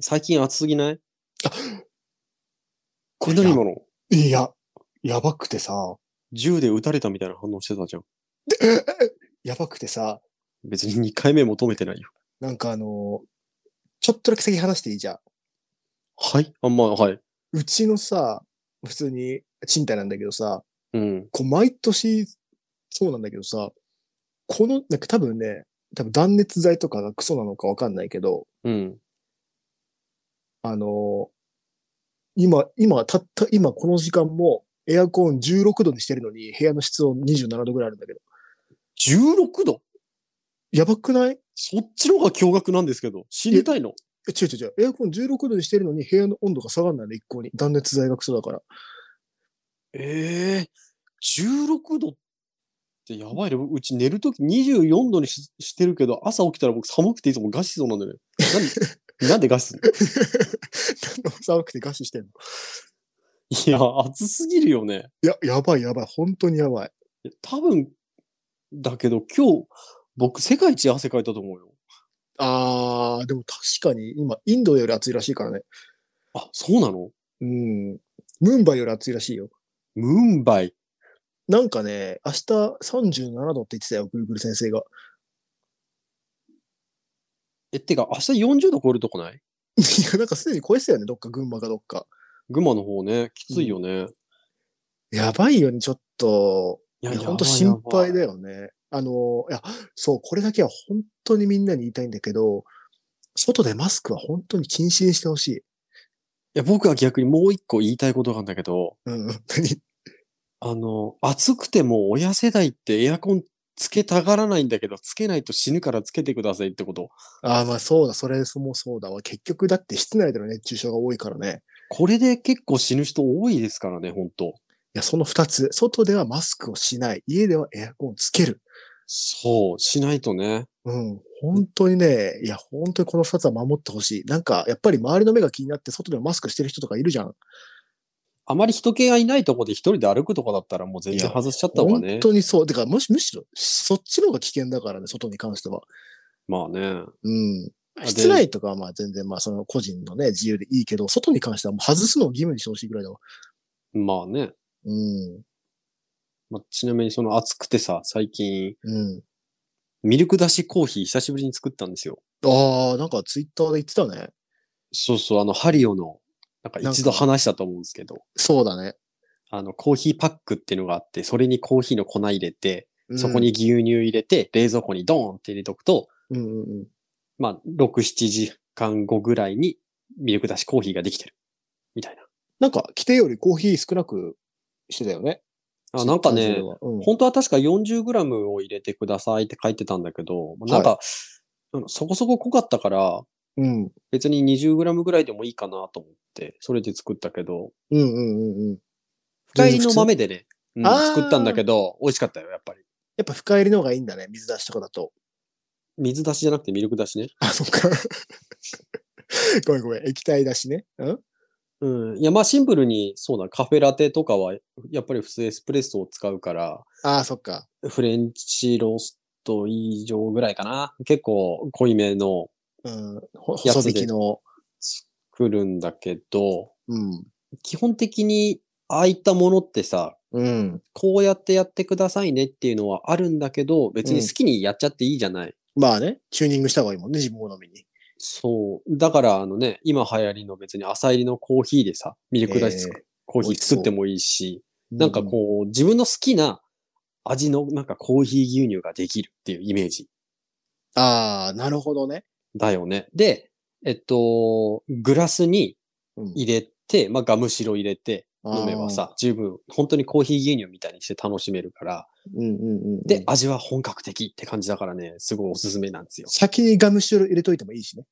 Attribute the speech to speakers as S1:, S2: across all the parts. S1: 最近暑すぎないこれ
S2: れ
S1: 何今の
S2: いや、やばくてさ、
S1: 銃で撃たれたみたいな反応してたじゃん。
S2: やばくてさ、
S1: 別に2回目求めてないよ。
S2: なんかあの、ちょっとだけ先話していいじゃん。
S1: はいあ、まあ、はい。
S2: うちのさ、普通に賃貸なんだけどさ、
S1: うん。
S2: こう毎年、そうなんだけどさ、この、なんか多分ね、多分断熱材とかがクソなのかわかんないけど、
S1: うん。
S2: あの、今、今、たった今この時間もエアコン16度にしてるのに部屋の室温27度ぐらいあるんだけど、
S1: 16度
S2: やばくない
S1: そっちの方が驚愕なんですけど。死にたいの
S2: え、違う違う違う。エアコン16度にしてるのに部屋の温度が下がらないの、一向に。断熱材がクソだから。
S1: ええ16度ってやばいね。うち寝るとき24度にししてるけど、朝起きたら僕寒くていつも餓死しそうなんだよね。 なんなんで餓死するの
S2: 何も寒くて餓死してんの。
S1: いや、暑すぎるよね。
S2: いや、やばいやばい。本当にやばい。
S1: 多分、だけど今日、僕世界一汗かいたと思うよ。
S2: あー、でも確かに今、インドより暑いらしいからね。
S1: あ、そうなの
S2: うん。ムンバイより暑いらしいよ。
S1: ムンバイ。
S2: なんかね、明日37度って言ってたよ、グーグル先生が。
S1: え、てか、明日40度超えるとこない
S2: いや、なんかすでに超えてたよね、どっか、群馬かどっか。
S1: 群馬の方ね、きついよね。い
S2: やばいよね、ちょっと。
S1: や
S2: いや、本当心配。
S1: やばいやばい
S2: だよね。あの、いや、そう、これだけは本当にみんなに言いたいんだけど、外でマスクは本当に禁止にしてほしい。
S1: いや、僕は逆にもう一個言いたいことがあるんだけど、
S2: うん、何
S1: あの、暑くても親世代ってエアコンつけたがらないんだけど、つけないと死ぬからつけてくださいってこと。
S2: ああ、まあそうだ、それもそうだわ。結局だって室内での熱中症が多いからね。
S1: これで結構死ぬ人多いですからね、本当
S2: いや、その二つ。外ではマスクをしない。家ではエアコンをつける。
S1: そう、しないとね。
S2: うん。本当にね、いや、本当にこの二つは守ってほしい。なんか、やっぱり周りの目が気になって、外でマスクしてる人とかいるじゃん。
S1: あまり人気がいないとこで一人で歩くとかだったらもう全然外しちゃった方が
S2: 本
S1: ね。
S2: 当にそう。てか、もし、むしろ、そっちの方が危険だからね、外に関しては。
S1: まあね。
S2: うん。
S1: で
S2: 室内とかはまあ全然、まあその個人のね、自由でいいけど、外に関してはもう外すのを義務にしてほしいぐらいだわ。
S1: まあね。
S2: うん。
S1: まあ、ちなみにその暑くてさ、最近、
S2: うん。
S1: ミルクだしコーヒー久しぶりに作ったんですよ。
S2: ああ、なんかツイッターで言ってたね。
S1: そうそう、あの、ハリオの、なんか
S2: なんか
S1: 一度話したと思うんですけど、
S2: そうだね。
S1: あの、コーヒーパックっていうのがあって、それにコーヒーの粉入れて、
S2: うん
S1: そこに、牛乳入れて、冷蔵庫にドーンって入れとくと、
S2: うんうんうん。
S1: まあ、6、7時間後ぐらいにミルクだしコーヒーができてる。みたい
S2: なんか、規定よりコーヒー少なくしてたよね。
S1: な。あなんか
S2: ツイッ
S1: ね
S2: ター上で、は、うん
S1: 本当は確か 40g を入れてくださいって書いてたんだけど、なんか、あのそこそこ濃かったから、
S2: うん。
S1: 別に 20g ぐらいでもいいかなと思って、それで作ったけど、
S2: うんうんうんうん。
S1: 深入りの豆でね、うん
S2: あー
S1: 作ったんだけど、美味しかったよ、やっぱり。
S2: やっぱ深入りの方がいいんだね、水出しとかだと。
S1: 水出しじゃなくてミルク出しね。
S2: あ、そっか。 ごめんごめん、液体だしね。うん
S1: うん。いや、まあシンプルに、そうだ、カフェラテとかは、やっぱり普通エスプレッソを使うから、
S2: ああ、そっか。
S1: フレンチロースト以上ぐらいかな。結構濃いめの
S2: うん。ほ
S1: やつ
S2: 細
S1: で
S2: 引きの。
S1: 作るんだけど、
S2: うん。
S1: 基本的に、ああいったものってさ、
S2: うん。
S1: こうやってやってくださいねっていうのはあるんだけど、別に
S2: うん
S1: 好きにやっちゃっていいじゃない。
S2: まあね、チューニングした方がいいもんね、自分好みに。
S1: そう。だから、あのね、今流行りの別に朝入りのコーヒーでさ、ミルク出しつく、
S2: え
S1: コーヒ
S2: 美
S1: ー
S2: 味しそう
S1: 作ってもいいし、なんかこう、自分の好きな味のなんかコーヒー牛乳ができるっていうイメージ
S2: うん。ああ、なるほどね。
S1: だよね。で、えっと、グラスに
S2: うん
S1: 入れて、まあガムシロ入れて飲めばさ、十分、本当にコーヒー牛乳みたいにして楽しめるから、
S2: あー。うんうんうん。
S1: で、、味は本格的って感じだからね、すごいおすすめなんですよ。
S2: 先にガムシロ入れといてもいいしね。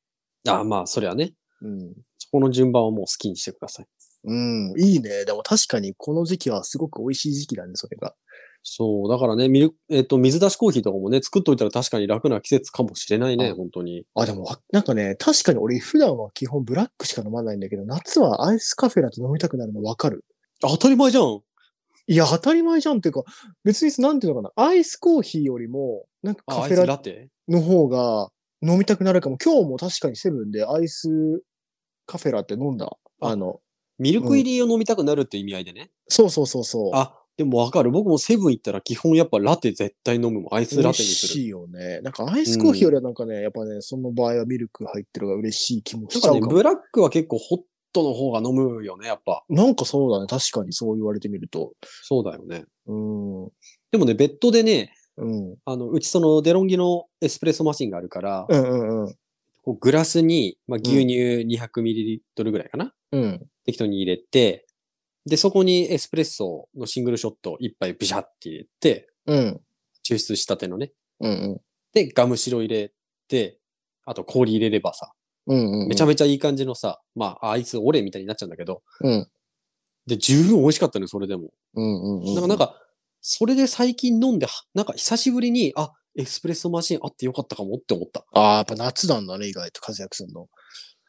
S1: あーまあ、それはね、
S2: うん。
S1: そこの順番はもう好きにしてください。
S2: うん、いいね。でも確かにこの時期はすごく美味しい時期だね、それが。
S1: そう、だからね、ミルク、えっ、と、水出しコーヒーとかもね、作っといたら確かに楽な季節かもしれないね、
S2: あ
S1: 本当に。
S2: あ、でもわ、なんかね、確かに俺普段は基本ブラックしか飲まないんだけど、夏はアイスカフェだと飲みたくなるのわかる。
S1: あ当たり前じゃん
S2: いや、当たり前じゃんっていうか、別になんていうのかな、アイスコーヒーよりも、なんか
S1: あ
S2: カ
S1: ア
S2: フ
S1: イ
S2: ェ
S1: ス
S2: ラ
S1: ラテ
S2: の方が飲みたくなるかも。今日も確かにセブンでアイスカフェラって飲んだ。
S1: あ
S2: あの、
S1: ミルク入りを飲みたくなるって意味合いでね。
S2: そうそうそうそう。
S1: あ、でもわかる。僕もセブン行ったら基本やっぱラテ絶対飲むもん。アイス
S2: 美
S1: ラ
S2: 味
S1: テにする。
S2: しいよね。なんかアイスコーヒーよりはなんかね、やっぱね、その場合はミルク入ってるが嬉しい気も
S1: な
S2: し
S1: ん
S2: ちゃ
S1: か
S2: う
S1: ね、
S2: かも。
S1: ブラックは結構ホットの方が飲むよね、やっぱ。
S2: なんかそうだね。確かにそう言われてみると。
S1: そうだよね。
S2: うん。う
S1: でもね、ベッドでね、
S2: ん。
S1: あの、うちそのデロンギのエスプレッソマシンがあるから、
S2: うんうんうん。
S1: こうグラスに、まあ、牛乳 200ml ぐらいかな、
S2: うん。
S1: 適当に入れて、で、そこにエスプレッソのシングルショットを一杯ビシャって入れて、
S2: うん。
S1: 抽出したてのね。
S2: うん
S1: で、ガムシロ入れて、あと氷入れればさ、
S2: うん。うんうん。
S1: めちゃめちゃいい感じのさ、まあ、アイスオレみたいになっちゃうんだけど、
S2: うん。
S1: で、十分美味しかったね、それでも。
S2: うんうんうん。
S1: なんか、なんか、それで最近飲んで、はなんか久しぶりに、あ、エスプレッソマシンあってよかったかもって思った。
S2: ああ、やっぱ夏なんだね、意外と活躍するの。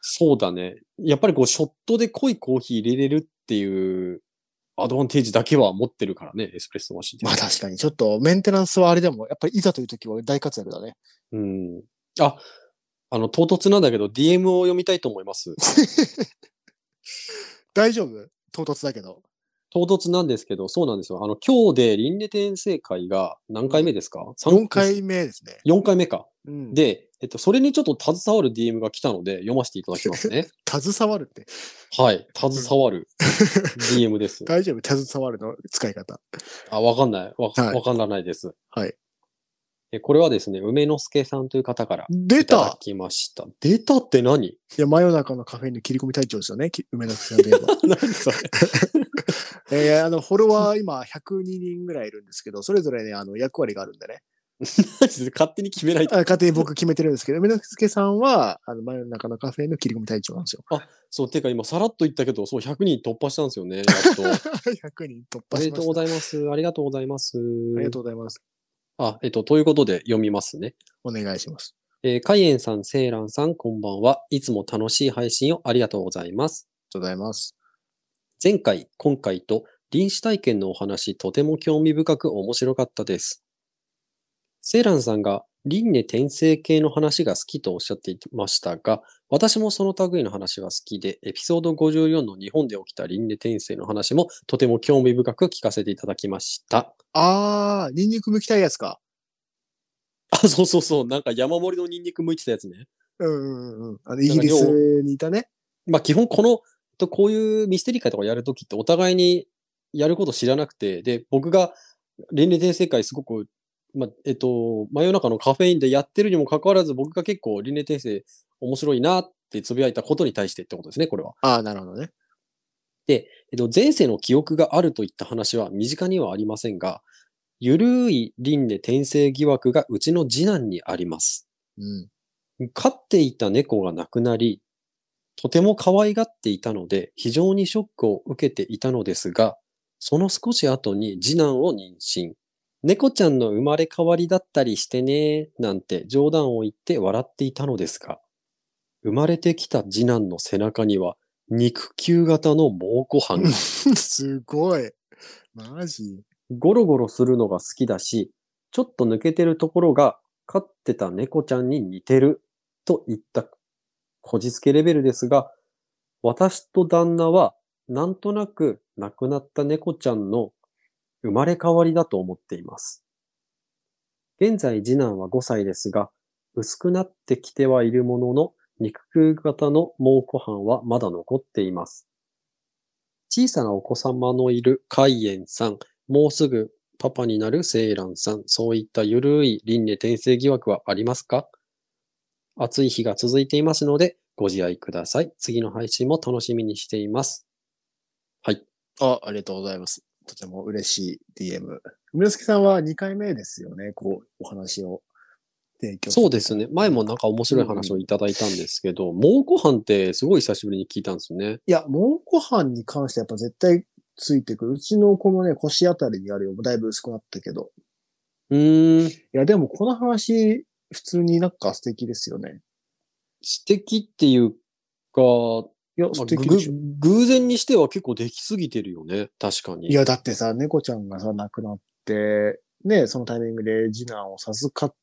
S1: そうだね。やっぱりこう、ショットで濃いコーヒー入れれるっていうアドバンテージだけは持ってるからね、エスプレッソマシンって
S2: まあ確かに、ちょっとメンテナンスはあれでも、やっぱりいざという時は大活躍だね。
S1: うん。あ、あの、唐突なんだけど、DM を読みたいと思います。
S2: 大丈夫唐突だけど。
S1: 唐突なんですけど、そうなんですよ。あの、今日で輪廻転生会が何回目ですか三
S2: 4回目ですね。
S1: 4回目か。
S2: うん、で、
S1: で、えっと、それにちょっと携わる DM が来たので、読ませていただきます ね。
S2: 携わるって。
S1: はい。携わる DM です。
S2: 大丈夫携わるの使い方。
S1: あ、わかんない。わ、
S2: はい
S1: わからないです。
S2: はい。
S1: え、これはですね、梅之助さんという方から
S2: 出
S1: いただ
S2: た
S1: きました。出たって何
S2: いや、真夜中のカフェインの切り込み隊長ですよね、き梅田さん といえば。
S1: 何それ
S2: えー、あの、フォロワー今102人ぐらいいるんですけど、それぞれね、あの、役割があるんでね。
S1: 何それ勝手に決めないと
S2: あ勝手に僕決めてるんですけど、梅田助さんは、あの、真夜中のカフェインの切り込み隊長なん ですよ。
S1: そう、てか今、さらっと言ったけど、そう、100人 突破したんですよね、やっと。
S2: 100人突
S1: お
S2: 破
S1: め
S2: し
S1: で
S2: ま
S1: とうご
S2: した。
S1: ざいます。ありがとうございます。
S2: あ
S1: あ
S2: りがとうございます。
S1: えっと、ということで読みますね。
S2: お願いします。
S1: えー、カイエンさん、セイランさん、こんばんは。いつも楽しい配信をありがとうございます。
S2: ありがとうございます。
S1: 前回、今回と、臨死体験のお話、とても興味深く面白かったです。セイランさんが、輪廻転生系の話が好きとおっしゃっていましたが、私もその類の話が好きで、エピソード54の日本で起きた輪廻転生の話も、とても興味深く聞かせていただきました。
S2: あー、ニンニク剥きたいやつか。
S1: あ、そうそうそう。なんか山盛りのニンニク剥いてたやつね。
S2: うんうんうんうん。あの、イギリスにいたね。
S1: まあ基本この、とこういうミステリー会とかやるときってお互いにやること知らなくて、で、僕が連理転生会すごく、まあ、えっと、真夜中のカフェインでやってるにもかかわらず、僕が結構輪廻転生面白いなってつぶやいたことに対してってことですね、これは。
S2: あー、なるほどね。
S1: えっと、前世の記憶があるといった話は身近にはありませんが、ゆるい輪廻転生疑惑がうちの次男にあります。
S2: うん。
S1: 飼っていた猫が亡くなり、とても可愛がっていたので、非常にショックを受けていたのですが、その少し後に次男を妊娠。猫ちゃんの生まれ変わりだったりしてね、なんて冗談を言って笑っていたのですが、生まれてきた次男の背中には、肉球型の猛虎斑 が。
S2: すごい。マジ。
S1: ゴロゴロするのが好きだし、ちょっと抜けてるところが飼ってた猫ちゃんに似てるといったこじつけレベルですが、私と旦那はなんとなく亡くなった猫ちゃんの生まれ変わりだと思っています。現在次男は5歳ですが、薄くなってきてはいるものの、肉球型の猛虎斑はまだ残っています。小さなお子様のいる海縁さん、もうすぐパパになるセイランさん、そういったゆるい輪廻転生疑惑はありますか暑い日が続いていますので、ご自愛ください。次の配信も楽しみにしています。はい。
S2: あ、ありがとうございます。とても嬉しい DM。梅助さんは2回目ですよね。こう、お話を提供
S1: そうです
S2: ね。
S1: ね。前もなんか面白い話をいただいたんですけど、猛虎飯ってすごい久しぶりに聞いたんですね。
S2: いや、蒙古飯に関してはやっぱ絶対ついてくる。うちのこのね、腰あたりにあるよ。だいぶ薄くなったけど。
S1: うーん。
S2: いや、でもこの話、普通になんか素敵ですよね。
S1: 素敵っていうか、
S2: いや、
S1: まあ
S2: 素
S1: ぐ
S2: 敵でしょ。
S1: 偶然にしては結構できすぎてるよね。確かに。
S2: いや、だってさ、猫ちゃんがさ、亡くなって、ね、そのタイミングで次男を授かっ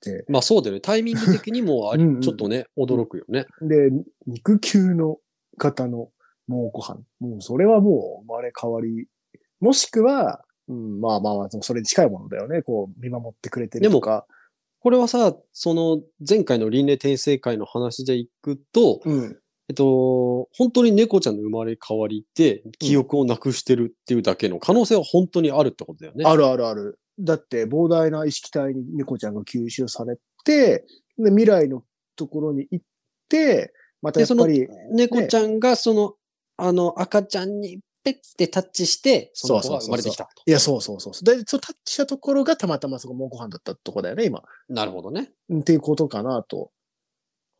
S2: て、
S1: まあそうだよね。タイミング的にもあり
S2: うんうん
S1: ちょっとね、驚くよね。
S2: で、肉球の型の蒙古飯。もうそれはもう生まれ変わり。もしくは、うん、まあまあまあ、それに近いものだよね。こう、見守ってくれてるとか。
S1: これはさ、その前回の輪廻転生会の話でいくと、
S2: うん。
S1: えっと、本当に猫ちゃんの生まれ変わりで記憶をなくしてるっていうだけの可能性は本当にあるってことだよね。
S2: あるあるある。だって、膨大な意識体に猫ちゃんが吸収されて、で、未来のところに行って、また
S1: で、
S2: や
S1: そ
S2: っ
S1: の
S2: ぱり、
S1: 猫ちゃんがその、あの赤ちゃんにペッてタッチして、その子が生まれてきたと。
S2: いや、そうそうそうそう。で、そう、タッチしたところがたまたまそこもご飯だったとこだよね、今。
S1: なるほどね。
S2: っていうことかなと。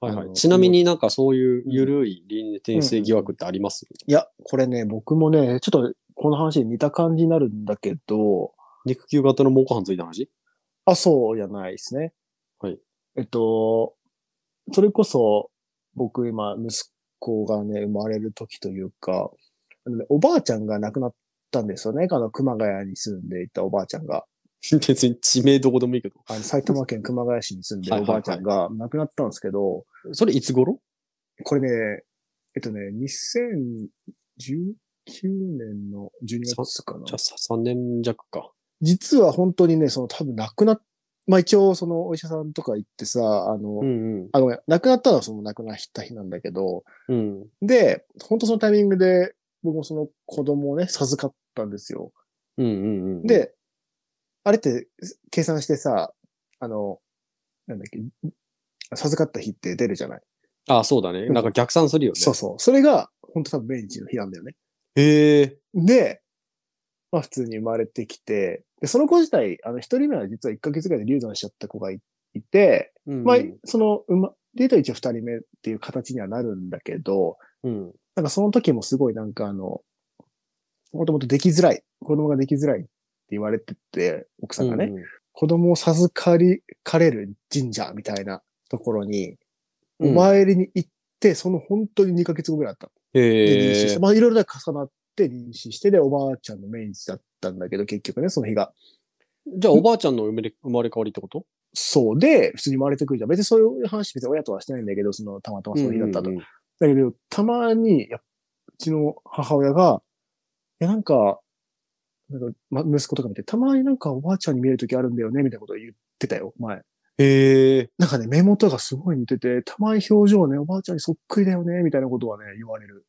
S1: はいは
S2: あ
S1: い。
S2: の
S1: ちなみになんかそういう緩い輪廻転生疑惑ってあります、
S2: いや、これね、僕もね、ちょっとこの話に似た感じになるんだけど、
S1: 肉球型の猛虎飯ついた話
S2: あ、そうじゃないですね。
S1: はい。
S2: えっと、それこそ、僕今、息子がね、生まれる時というか、あのねおばあちゃんが亡くなったんですよね。あの、熊谷に住んでいたおばあちゃんが。
S1: 別に地名どこでもいいけど。
S2: あの埼玉県熊谷市に住んで るおばあちゃんが亡くなったんですけど、
S1: それいつ頃
S2: これね、えっとね、2019年の12月かな
S1: じゃ。あ3年弱か。
S2: 実は本当にね、その多分亡くなっ、まあ一応そのお医者さんとか行ってさ、あの、
S1: んうん。
S2: あ、ごめん、亡くなったのはその亡くなった日なんだけど、
S1: うん。
S2: で、本当そのタイミングで、僕もその子供をね、授かったんですよ。
S1: うんうんうん。、
S2: で、あれって計算してさ、あの、なんだっけ、授かった日って出るじゃない、
S1: あそうだね。
S2: ん
S1: なんか逆算するよね。
S2: そうそう。それが、本当多分命日の日なんだよね。
S1: へえ。
S2: で、まあ普通に生まれてきて、で、その子自体、あの、一人目は実は1ヶ月ぐらいで流産しちゃった子がいいて、
S1: うん
S2: まあ、その、うま、でと一応二人目っていう形にはなるんだけど、
S1: うん。
S2: なんかその時もすごいなんかあの、もともとできづらい、子供ができづらいって言われてて、奥さんがね、
S1: うん
S2: 子供を授かり、かれる神社みたいなところに、
S1: うん、
S2: お参りに行って、その本当に2ヶ月後ぐらいだったので、
S1: へ
S2: 妊娠し
S1: え
S2: て、。まあいろいろ重なって妊娠して、で、おばあちゃんの命日だったんだけど、結局ね、その日が。
S1: じゃあおばあちゃんの生まれ生まれ変わりってこと
S2: そうで、普通に生まれてくるじゃん。別にそういう話、別に親とはしてないんだけど、その、たまたまそういう日だったと。
S1: うんうんうん
S2: だけど、たまに、やうちの母親が、いや、なんか、なんか、ま、息子とか見て、たまになんかおばあちゃんに見える時あるんだよね、みたいなことを言ってたよ、前。
S1: へえ。
S2: なんかね、目元がすごい似てて、たまに表情ね、おばあちゃんにそっくりだよね、みたいなことはね、言われる。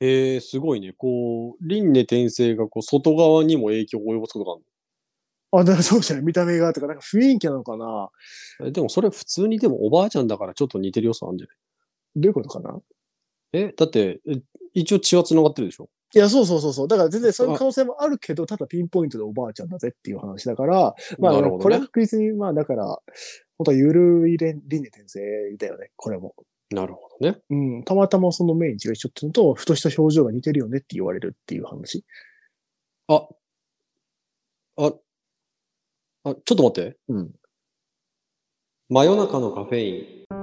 S1: へえ、すごいね。こう、輪廻転生がこう外側にも影響を及ぼすことがある
S2: あ、だからそうじゃない、見た目が、とか、なんか雰囲気なのかな
S1: のえでもそれ普通にでもおばあちゃんだからちょっと似てる要素あるんじゃ
S2: どういうことかな
S1: ないえだって、え一応血は繋がってるでしょ
S2: いや、そうそうそうそう。だから全然そういう可能性もあるけど、ただピンポイントでおばあちゃんだぜっていう話だから、まあ、
S1: なるほ
S2: こ
S1: ど
S2: れ
S1: ね
S2: は。確実に、まあだから、本当はゆるいれん輪廻転生だよね、これも。
S1: なるほどね。
S2: うん、たまたまそのメイン違いちょっとのと、ふとした表情が似てるよねって言われるっていう話。
S1: あ、あ、あ、ちょっと待って。
S2: うん。
S1: 真夜中のカフェイン。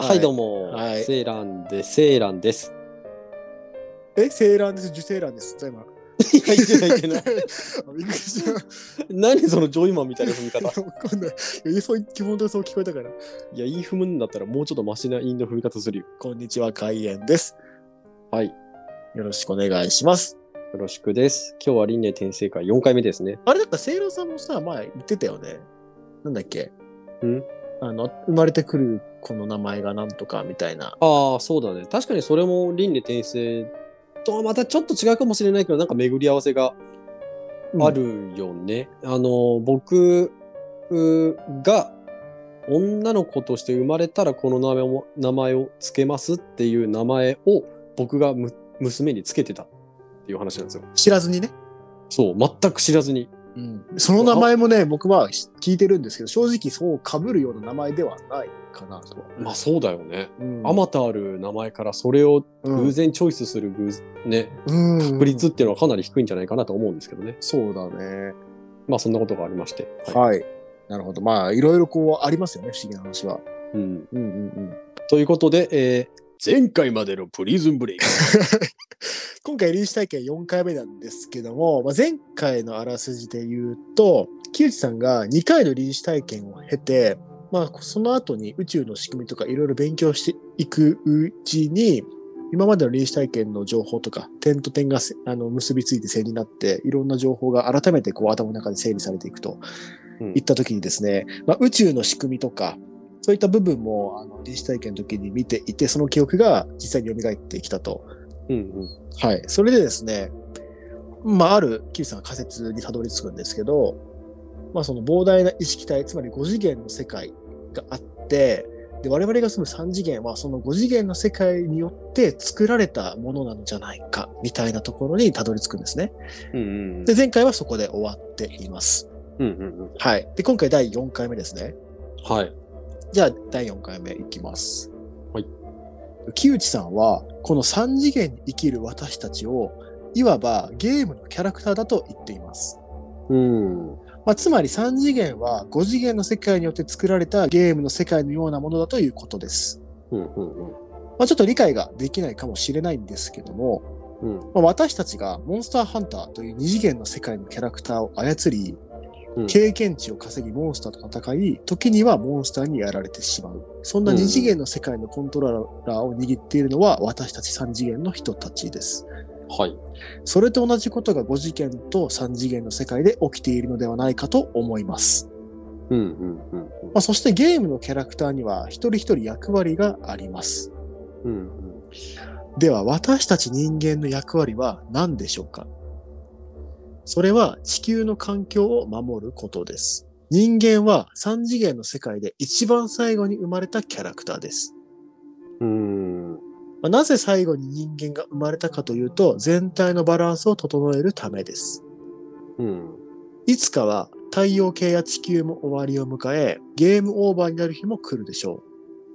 S1: はい、どうも、
S2: はい
S1: セーランで、セーランです。
S2: え、セーランです、受精卵です、た今。
S1: いや、いけないいけない。
S2: あびっくりした。
S1: 何そのジョイマンみたいな踏み方。
S2: わかんない。いやそう、基本的にそう聞こえたから。
S1: いや、いい踏むんだったらもうちょっとマシなインの踏み方するよ。
S2: こんにちは、開演です。
S1: はい。よ
S2: よろしくお願いします。
S1: ろしくです。今日は輪廻転生会4回目ですね。
S2: あれだったら、セイランさんもさ、前言ってたよね。なんだっけ
S1: ん
S2: あの、生まれてくる子の名前がなんとかみたいな。
S1: ああ、そうだね。確かにそれも輪廻転生とはまたちょっと違うかもしれないけど、なんか巡り合わせがあるよね。あの、僕うが女の子として生まれたらこの名前を名前をつけますっていう名前を僕がむ娘につけてたっていう話なんですよ。
S2: 知らずにね。
S1: そう、全く知らずに。
S2: その名前もね、僕は聞いてるんですけど、正直そう被るような名前ではないかなと。
S1: まあそうだよね。
S2: うん
S1: あまたある名前からそれを
S2: うん
S1: 偶然チョイスする偶、ね、
S2: うん
S1: 確率っていうのはかなり低いんじゃないかなと思うんですけどね。
S2: そうだね。
S1: まあそんなことがありまして。い
S2: はい。なるほど。まあ、いろいろこう、ありますよね、不思議な話は。
S1: うん、
S2: うんうんうん。
S1: ということで、えー前回までのプリズンブレイク。
S2: 今回臨死体験4回目なんですけども、まあ、前回のあらすじで言うと、木内さんが2回の臨死体験を経て、まあ、その後に宇宙の仕組みとかいろいろ勉強していくうちに、今までの臨死体験の情報とか、点と点がせあの結びついて線になって、いろんな情報が改めてこう頭の中で整理されていくと
S1: うん
S2: いった時にですね、まあ、宇宙の仕組みとか、そういった部分もあの臨死体験の時に見ていて、その記憶が実際に蘇ってきたと。
S1: うんうん。
S2: はい。それでですね、まあ、ある、キリさんが仮説にたどり着くんですけど、まあ、その膨大な意識体、つまり5次元の世界があって、で、我々が住む3次元は、その5次元の世界によって作られたものなのじゃないか、みたいなところにたどり着くんですね。
S1: うんうん。
S2: で、前回はそこで終わっています。
S1: うんうんうん。
S2: はい。で、今回第4回目ですね。
S1: はい。
S2: じゃあ、第4回目いきます。
S1: はい。
S2: 木内さんは、この3次元に生きる私たちを、いわばゲームのキャラクターだと言っています。
S1: うん。
S2: まあ、つまり3次元は5次元の世界によって作られたゲームの世界のようなものだということです。
S1: うんうん
S2: まあ、ちょっと理解ができないかもしれないんですけども、
S1: うん。うん。
S2: まあ、私たちがモンスターハンターという2次元の世界のキャラクターを操り、
S1: うん
S2: 経験値を稼ぎモンスターと戦い、時にはモンスターにやられてしまう。そんな二次元の世界のコントローラーを握っているのは私たち三次元の人たちです。
S1: はい。
S2: それと同じことが5次元と3次元の世界で起きているのではないかと思います。
S1: うんうんうん
S2: まあ、そしてゲームのキャラクターには一人一人役割があります。
S1: うん。うん
S2: では私たち人間の役割は何でしょうかそれは地球の環境を守ることです。人間は3次元の世界で一番最後に生まれたキャラクターです。
S1: うん。うん。
S2: まあなぜ最後に人間が生まれたかというと全体のバランスを整えるためです。
S1: うん。
S2: いつかは太陽系や地球も終わりを迎えゲームオーバーになる日も来るでしょ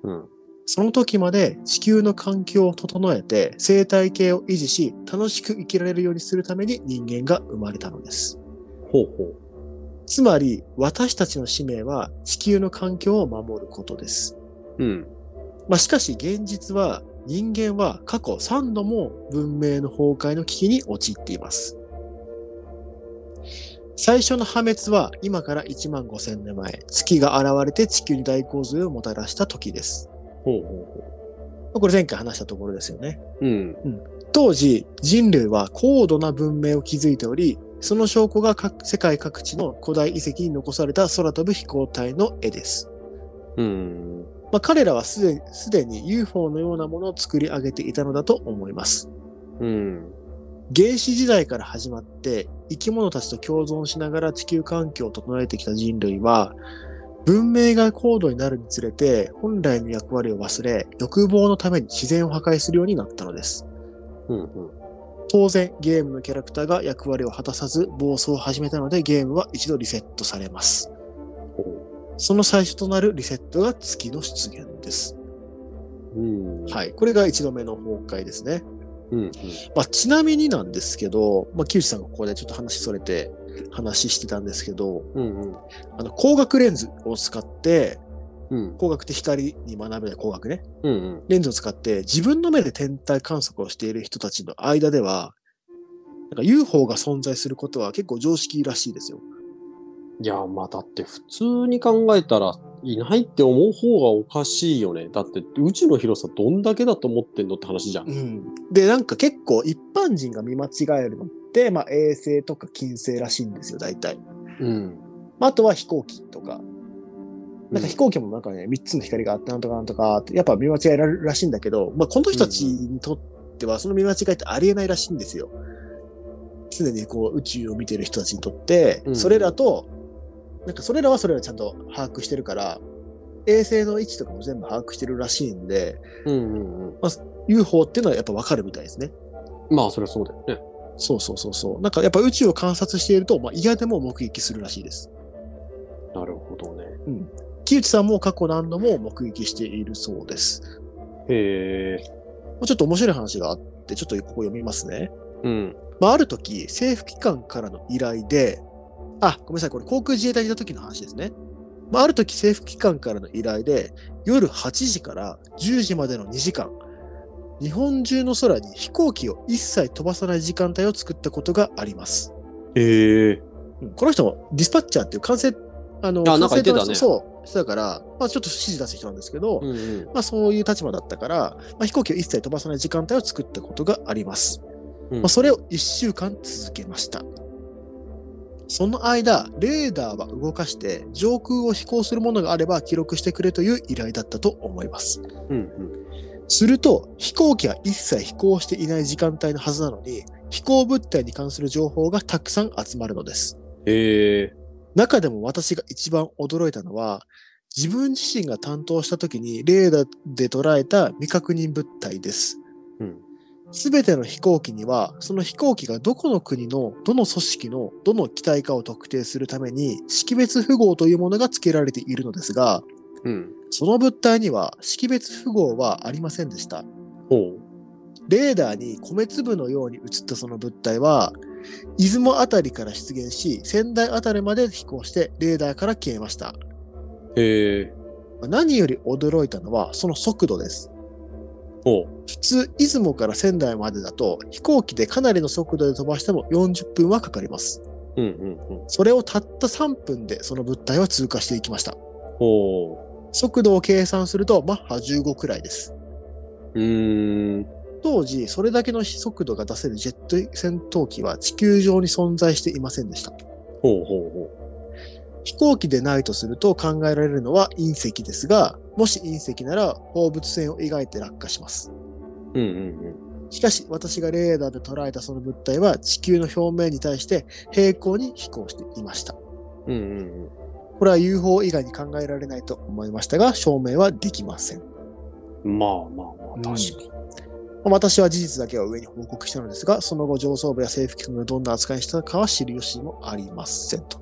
S2: う。
S1: うん。
S2: その時まで地球の環境を整えて生態系を維持し楽しく生きられるようにするために人間が生まれたのです。
S1: ほうほ
S2: つまり私たちの使命は地球の環境を守ることです。
S1: う。うん。
S2: まあ、しかし現実は人間は過去3度も文明の崩壊の危機に陥っています。最初の破滅は今から1万5000年前、月が現れて地球に大洪水をもたらした時です。
S1: ほうほ
S2: これ前回話したところですよね。
S1: うほう。うん。
S2: 当時人類は高度な文明を築いておりその証拠が各世界各地の古代遺跡に残された空飛ぶ飛行体の絵です、
S1: うん。
S2: まあ、彼らはすでにすでに UFO のようなものを作り上げていたのだと思います
S1: うん。
S2: 原始時代から始まって生き物たちと共存しながら地球環境を整えてきた人類は文明が高度になるにつれて本来の役割を忘れ欲望のために自然を破壊するようになったのです
S1: うん。うん。
S2: 当然、ゲームのキャラクターが役割を果たさず、暴走を始めたので、ゲームは一度リセットされます。
S1: ほう。
S2: その最初となるリセットが月の出現です。
S1: うん。い。
S2: はい。これが一度目の崩壊ですね。
S1: うん。うん。
S2: まあ、ちなみになんですけど、まあ、木内さんがここでちょっと話それて、話してたんですけど、
S1: うん。うん。
S2: あの、光学レンズを使って、
S1: うん。
S2: 光学って光に学べない光学ね。
S1: うん。
S2: レンズを使って自分の目で天体観測をしている人たちの間では、なんか UFO が存在することは結構常識らしいですよ。
S1: いや、まあだって普通に考えたら、いないって思う方がおかしいよね。だって宇宙の広さどんだけだと思ってんのって話じゃん。
S2: で、なんか結構一般人が見間違えるのって、まあ衛星とか金星らしいんですよ、大体。
S1: うん。
S2: まあ、あとは飛行機とか。なんか飛行機もなんかね、3つの光があってなんとかなんとかって、やっぱ見間違えられるらしいんだけど、まあこの人たちにとってはその見間違いってありえないらしいんですよ。すでにこう宇宙を見てる人たちにとって
S1: う、ん
S2: それらと、なんかそれらはそれらちゃんと把握してるから、衛星の位置とかも全部把握してるらしいんで、
S1: うんうんうん。
S2: UFO っていうのはやっぱわかるみたいですね。
S1: まあそりゃそうだよね。
S2: そうそうそうそう。なんかやっぱ宇宙を観察していると、まあ、嫌でも目撃するらしいです。
S1: なるほどね。
S2: 木内さんも過去何度も目撃しているそうです。
S1: へえ。
S2: もうちょっと面白い話があって、ちょっとここ読みますね。
S1: うん。
S2: まあ、ある時、政府機関からの依頼で、あ、ごめんなさい、これ航空自衛隊にいた時の話ですね。まあ、ある時、政府機関からの依頼で、夜8時から10時までの2時間、日本中の空に飛行機を一切飛ばさない時間帯を作ったことがあります。
S1: ええ
S2: うんこの人もディスパッチャーっていう管制、あの、
S1: あなんか言ってたね
S2: 管制塔の人そう、人だから、まあちょっと指示出す人なんですけど、
S1: うんうん。
S2: まあそういう立場だったから、まあ、飛行機を一切飛ばさない時間帯を作ったことがあります。
S1: うん
S2: まあ、それを1週間続けました。その間、レーダーは動かして、上空を飛行するものがあれば記録してくれという依頼だったと思います。
S1: うん
S2: すると、飛行機は一切飛行していない時間帯のはずなのに、飛行物体に関する情報がたくさん集まるのです。
S1: ええ
S2: 中でも私が一番驚いたのは、自分自身が担当した時にレーダーで捉えた未確認物体です。
S1: うん。
S2: すべての飛行機には、その飛行機がどこの国の、どの組織の、どの機体かを特定するために、識別符号というものが付けられているのですが、
S1: うん。
S2: その物体には識別符号はありませんでした。
S1: ほう。
S2: レーダーに米粒のように映ったその物体は、出雲あたりから出現し、仙台あたりまで飛行して、レーダーから消えました。
S1: ええ
S2: 何より驚いたのは、その速度です。
S1: ほう。
S2: 普通、出雲から仙台までだと、飛行機でかなりの速度で飛ばしても40分はかかります。
S1: うんうんうん。
S2: それをたった3分でその物体は通過していきました。
S1: ほ
S2: 速度を計算すると、マッハ15くらいです。
S1: う。うーん。
S2: 当時、それだけの速度が出せるジェット戦闘機は地球上に存在していませんでした。
S1: ほうほうほう。
S2: 飛行機でないとすると考えられるのは隕石ですが、もし隕石なら放物線を描いて落下します。
S1: うんうん
S2: しかし、私がレーダーで捉えたその物体は地球の表面に対して平行に飛行していました。
S1: うん。うんうんうん。
S2: これは UFO 以外に考えられないと思いましたが、証明はできません。
S1: まあまあまあ、確かに。
S2: 私は事実だけは上に報告したのですが、その後上層部や政府機関がどんな扱いにしたかは知る由もありませんと。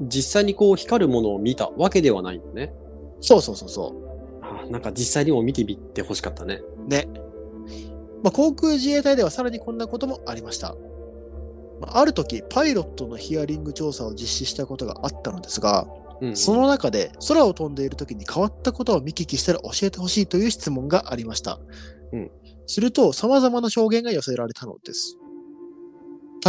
S1: 実際にこう光るものを見たわけではないのね。
S2: そうそうそうそう。
S1: あなんか実際にも見てみてほしかったね。
S2: ね。まあ、航空自衛隊ではさらにこんなこともありました。まあある時、パイロットのヒアリング調査を実施したことがあったのですが、
S1: うんうん
S2: その中で空を飛んでいる時に変わったことを見聞きしたら教えてほしいという質問がありました。
S1: うん
S2: すると、様々な証言が寄せられたのです。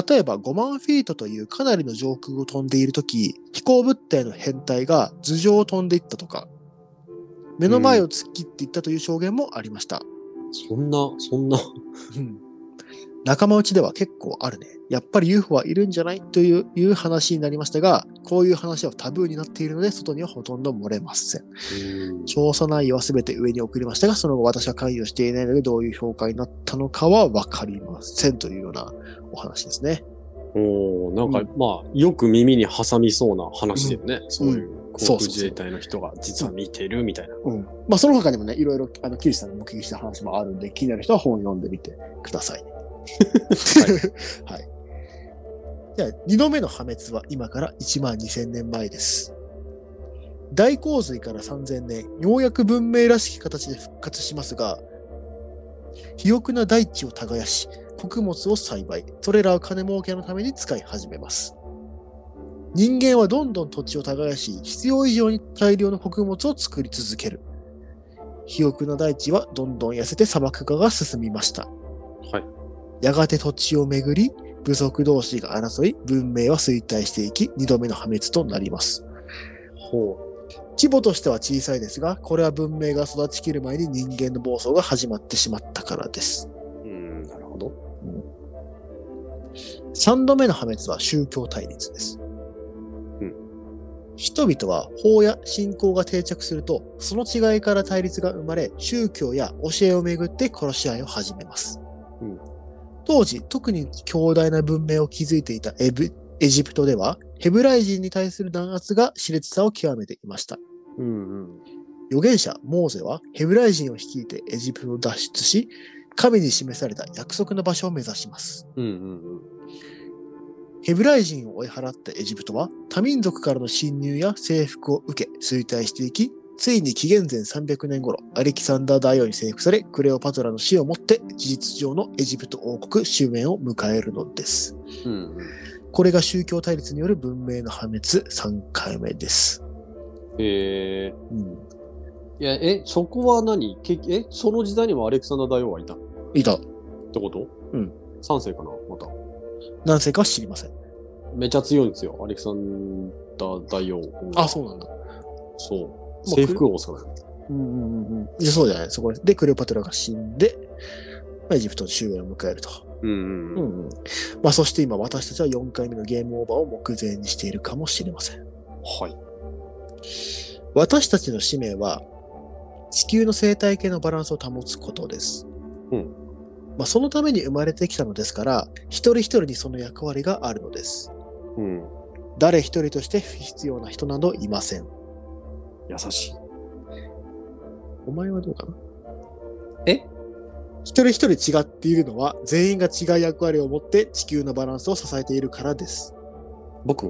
S2: 例えば5万フィートというかなりの上空を飛んでいる時、飛行物体の変態が頭上を飛んでいったとか、目の前を突っ切っていったという証言もありました。
S1: そんな、そんな。
S2: うん仲間内では結構あるね。やっぱり UFO はいるんじゃないといういう話になりましたが、こういう話はタブーになっているので、外にはほとんど漏れません。調査内容は全て上に送りましたが、その後私は関与していないので、どういう評価になったのかはわかりませんというようなお話ですね。
S1: おーなんか、
S2: う
S1: まあ、よく耳に挟みそうな話だよね。そういう航
S2: そう
S1: 空
S2: そうそう
S1: 自衛隊の人が実は見てるみたいな。
S2: うん。まあ、その他にもね、いろいろ、あの、キリさんの目撃した話もあるんで、気になる人は本を読んでみてください。 はい。じゃあ、二度目の破滅は今から1万2000年前です。大洪水から3000年、ようやく文明らしき形で復活しますが、肥沃な大地を耕し、穀物を栽培、それらを金儲けのために使い始めます。人間はどんどん土地を耕し、必要以上に大量の穀物を作り続ける。肥沃な大地はどんどん痩せて砂漠化が進みました。
S1: はい。
S2: やがて土地をめぐり、部族同士が争い、文明は衰退していき、二度目の破滅となります。
S1: ほ
S2: 規模としては小さいですが、これは文明が育ちきる前に人間の暴走が始まってしまったからです。
S1: う。うん、なるほど。
S2: 三度目の破滅は宗教対立です。
S1: うん
S2: 人々は法や信仰が定着すると、その違いから対立が生まれ、宗教や教えをめぐって殺し合いを始めます。
S1: うん
S2: 当時、特に強大な文明を築いていたエブエジプトでは、ヘブライ人に対する弾圧が熾烈さを極めていました。
S1: うんうん。
S2: 預言者モーゼはヘブライ人を率いてエジプトを脱出し、神に示された約束の場所を目指します。
S1: うんうん
S2: ヘブライ人を追い払ったエジプトは多民族からの侵入や征服を受け衰退していき、ついに紀元前300年頃、アレキサンダー大王に征服され、クレオパトラの死をもって事実上のエジプト王国終焉を迎えるのです。
S1: うん。うんうん。
S2: これが宗教対立による文明の破滅3回目です。
S1: えー
S2: うん
S1: いや、え、そこは何けえ、その時代にもアレクサンダー大王はいたの
S2: いた。
S1: ってこと
S2: うん。
S1: 3世かなまた。
S2: 男性かは知りません。
S1: めちゃ強いんですよ。アレキサンダー大王。
S2: あ、そうなんだ。
S1: そう。
S2: う
S1: 征服王さん。
S2: うんうんうんうん。じゃあそうじゃない。そこで、でクレオパトラが死んで、まあエジプトの終焉を迎えると。
S1: うん
S2: う
S1: うんうん。
S2: んうん。まあそして今私たちは4回目のゲームオーバーを目前にしているかもしれません。
S1: はい。
S2: 私たちの使命は、地球の生態系のバランスを保つことです。
S1: うん。
S2: まあ、そのために生まれてきたのですから、一人一人にその役割があるのです。
S1: うん。
S2: 誰一人として不必要な人などいません。
S1: 優しい。
S2: お前はどうかな
S1: え
S2: 一人一人違っているのは、全員が違う役割を持って地球のバランスを支えているからです。
S1: 僕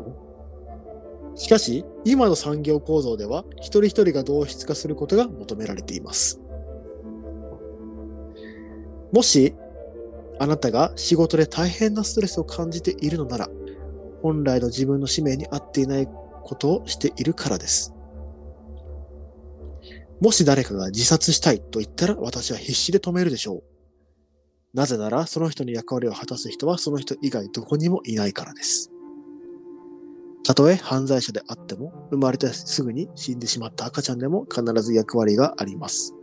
S2: しかし、今の産業構造では、一人一人が同質化することが求められています。もし、あなたが仕事で大変なストレスを感じているのなら、本来の自分の使命に合っていないことをしているからです。もし誰かが自殺したいと言ったら私は必死で止めるでしょう。なぜならその人の役割を果たす人はその人以外どこにもいないからです。たとえ犯罪者であっても、生まれてすぐに死んでしまった赤ちゃんでも必ず役割があります。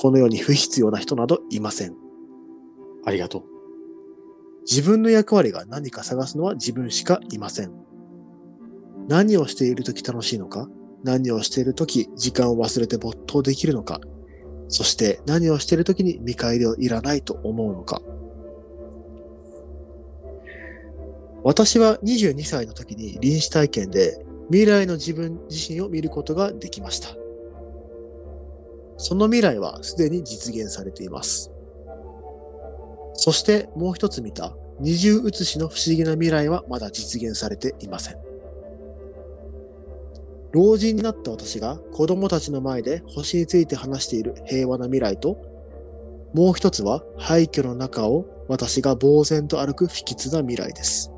S2: この世に不必要な人などいません。
S1: ありがとう。
S2: 自分の役割が何か探すのは自分しかいません。何をしているとき楽しいのか何をしているとき時間を忘れて没頭できるのかそして何をしているときに見返りをいらないと思うのか私は22歳の時に臨死体験で未来の自分自身を見ることができました。その未来はすでに実現されています。そしてもう一つ見た二重写しの不思議な未来はまだ実現されていません。老人になった私が子供たちの前で星について話している平和な未来と、もう一つは廃墟の中を私が呆然と歩く不吉な未来です。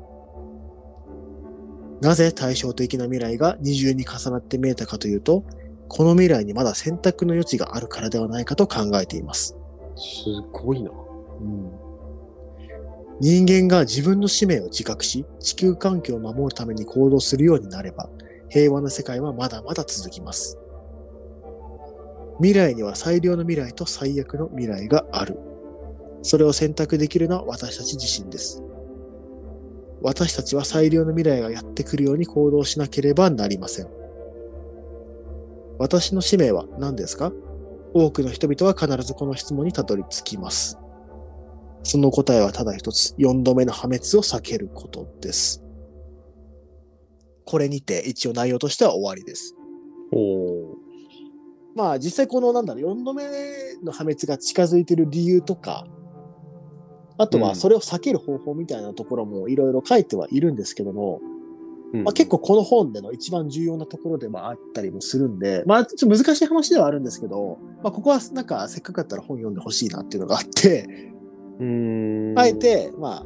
S2: なぜ対照的な未来が二重に重なって見えたかというと、この未来にまだ選択の余地があるからではないかと考えています。
S1: すごいな。
S2: 人間が自分の使命を自覚し、地球環境を守るために行動するようになれば、平和な世界はまだまだ続きます。未来には最良の未来と最悪の未来がある。それを選択できるのは私たち自身です。私たちは最良の未来がやってくるように行動しなければなりません。私の使命は何ですか多くの人々は必ずこの質問にたどり着きます。その答えはただ一つ、4度目の破滅を避けることです。これにて一応内容としては終わりです。
S1: おー。
S2: まあ実際このなんだろう、4度目の破滅が近づいてる理由とか、あと
S1: う
S2: は
S1: ん
S2: それを避ける方法みたいなところもいろいろ書いてはいるんですけども、
S1: うん
S2: まあ、結構この本での一番重要なところでもあったりもするんで、まあちょっと難しい話ではあるんですけど、まあここはなんかせっかくだったら本読んでほしいなっていうのがあって、
S1: うーん
S2: あえて、ま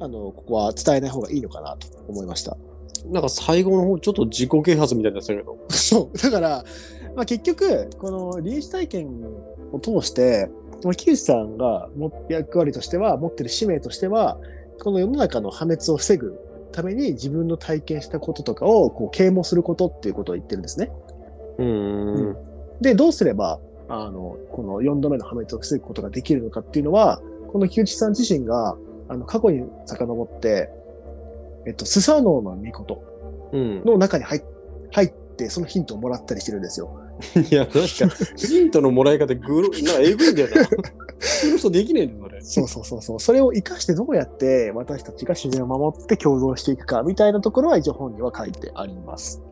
S2: あ、あの、ここは伝えない方がいいのかなと思いました。
S1: なんか最後の方ちょっと自己啓発みたいになってたけど
S2: そう。だから、まあ、結局、この臨死体験を通して、まあ、木内さんが持って役割としては、持ってる使命としては、この世の中の破滅を防ぐために自分の体験したこととかをこう啓蒙することっていうことを言ってるんですね。
S1: うーん
S2: で、どうすれば、あの、この4度目の破滅を防ぐことができるのかっていうのは、この木内さん自身が、あの、過去に遡って、えっと、スサノオの御事
S1: うん
S2: の中に入っ入って、そのヒントをもらったりしてるんですよ。
S1: いやなんかヒントのもらい方グロなんかえぐいんだよな 普通の人できねえんだよそれ
S2: そうそうそうそう。それを活かしてどうやって私たちが自然を守って共存していくか、みたいなところは一応本には書いてあります。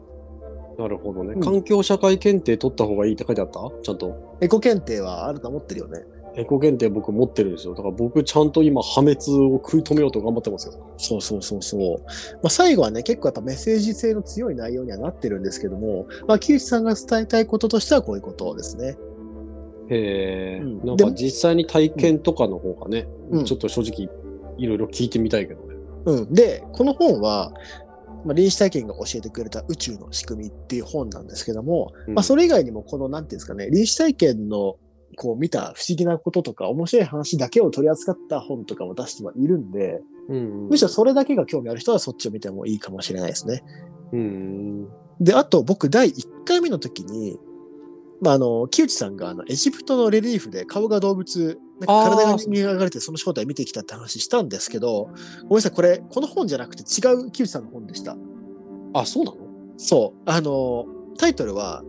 S1: なるほどね、
S2: うん
S1: 環境社会検定取った方がいいって書いてあったちゃんと
S2: エコ検定はあなた持ってるよね。
S1: エコ検定僕持ってるんですよだから僕ちゃんと今破滅を食い止めようと頑張ってますよ
S2: そうそうそうそう。まあ、最後はね、結構やっぱメッセージ性の強い内容にはなってるんですけども、まあ、木内さんが伝えたいこととしてはこういうことですね。
S1: へえ、
S2: うん
S1: なん
S2: で
S1: か
S2: も
S1: 実際に体験とかの方がね、
S2: うん
S1: ちょっと正直いろいろ聞いてみたいけどね
S2: うん。で、この本は、まあ、臨死体験が教えてくれた宇宙の仕組みっていう本なんですけども、
S1: うん
S2: まあ、それ以外にもこの、なんていうんですかね、臨死体験のこう見た不思議なこととか、面白い話だけを取り扱った本とかも出してはいるんで、
S1: うん。
S2: むしろそれだけが興味ある人はそっちを見てもいいかもしれないですね。
S1: うん。
S2: で、あと僕第1回目の時に、まあ、あの、木内さんがあのエジプトのレリーフで顔が動物、なんか体
S1: あー
S2: が人間が描かれてその正体見てきたって話したんですけど、ごめんなさい、これ、この本じゃなくて違う木内さんの本でした。
S1: あ、そうなの
S2: そう。あの、タイトルは、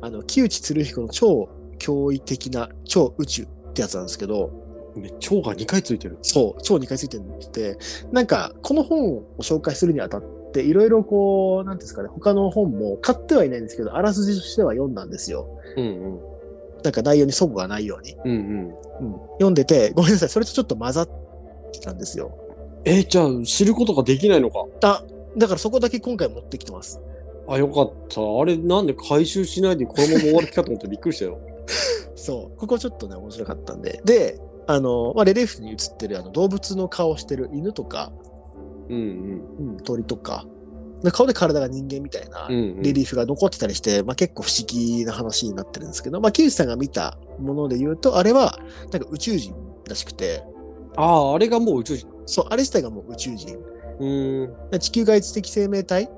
S2: あの、木内鶴彦の超驚異的な超宇宙ってやつなんですけど、
S1: ね、蝶が2回ついてる。
S2: そう、超2回ついてるって、なんか、この本を紹介するにあたって、いろいろこう、なんていうんですかね、他の本も買ってはいないんですけど、あらすじとしては読んだんですよ。
S1: うん
S2: なんか内容に齟齬がないように。
S1: うん。うんうん。
S2: うん。読んでて、ごめんなさい、それとちょっと混ざってたんですよ。
S1: えーじゃあ知ることができないのか。
S2: あ、だからそこだけ今回持ってきてます。
S1: あ、よかった。あれ、なんで回収しないでこのまま終わる気かと思ってびっくりした よ。
S2: そう、ここちょっとね、面白かったんで。で、あの、まあ、レレーフに映ってるあの動物の顔をしてる犬とか、
S1: うん
S2: うん、鳥とか、で顔で体が人間みたいな
S1: うん。うん、うん。
S2: レリーフが残ってたりして、まあ、結構不思議な話になってるんですけど、まあ、木内さんが見たもので言うと、あれはなんか宇宙人らしくて、
S1: ああ、あれがもう宇宙人。
S2: そう、あれ自体がもう宇宙人。
S1: うーん。
S2: 地球外知的生命体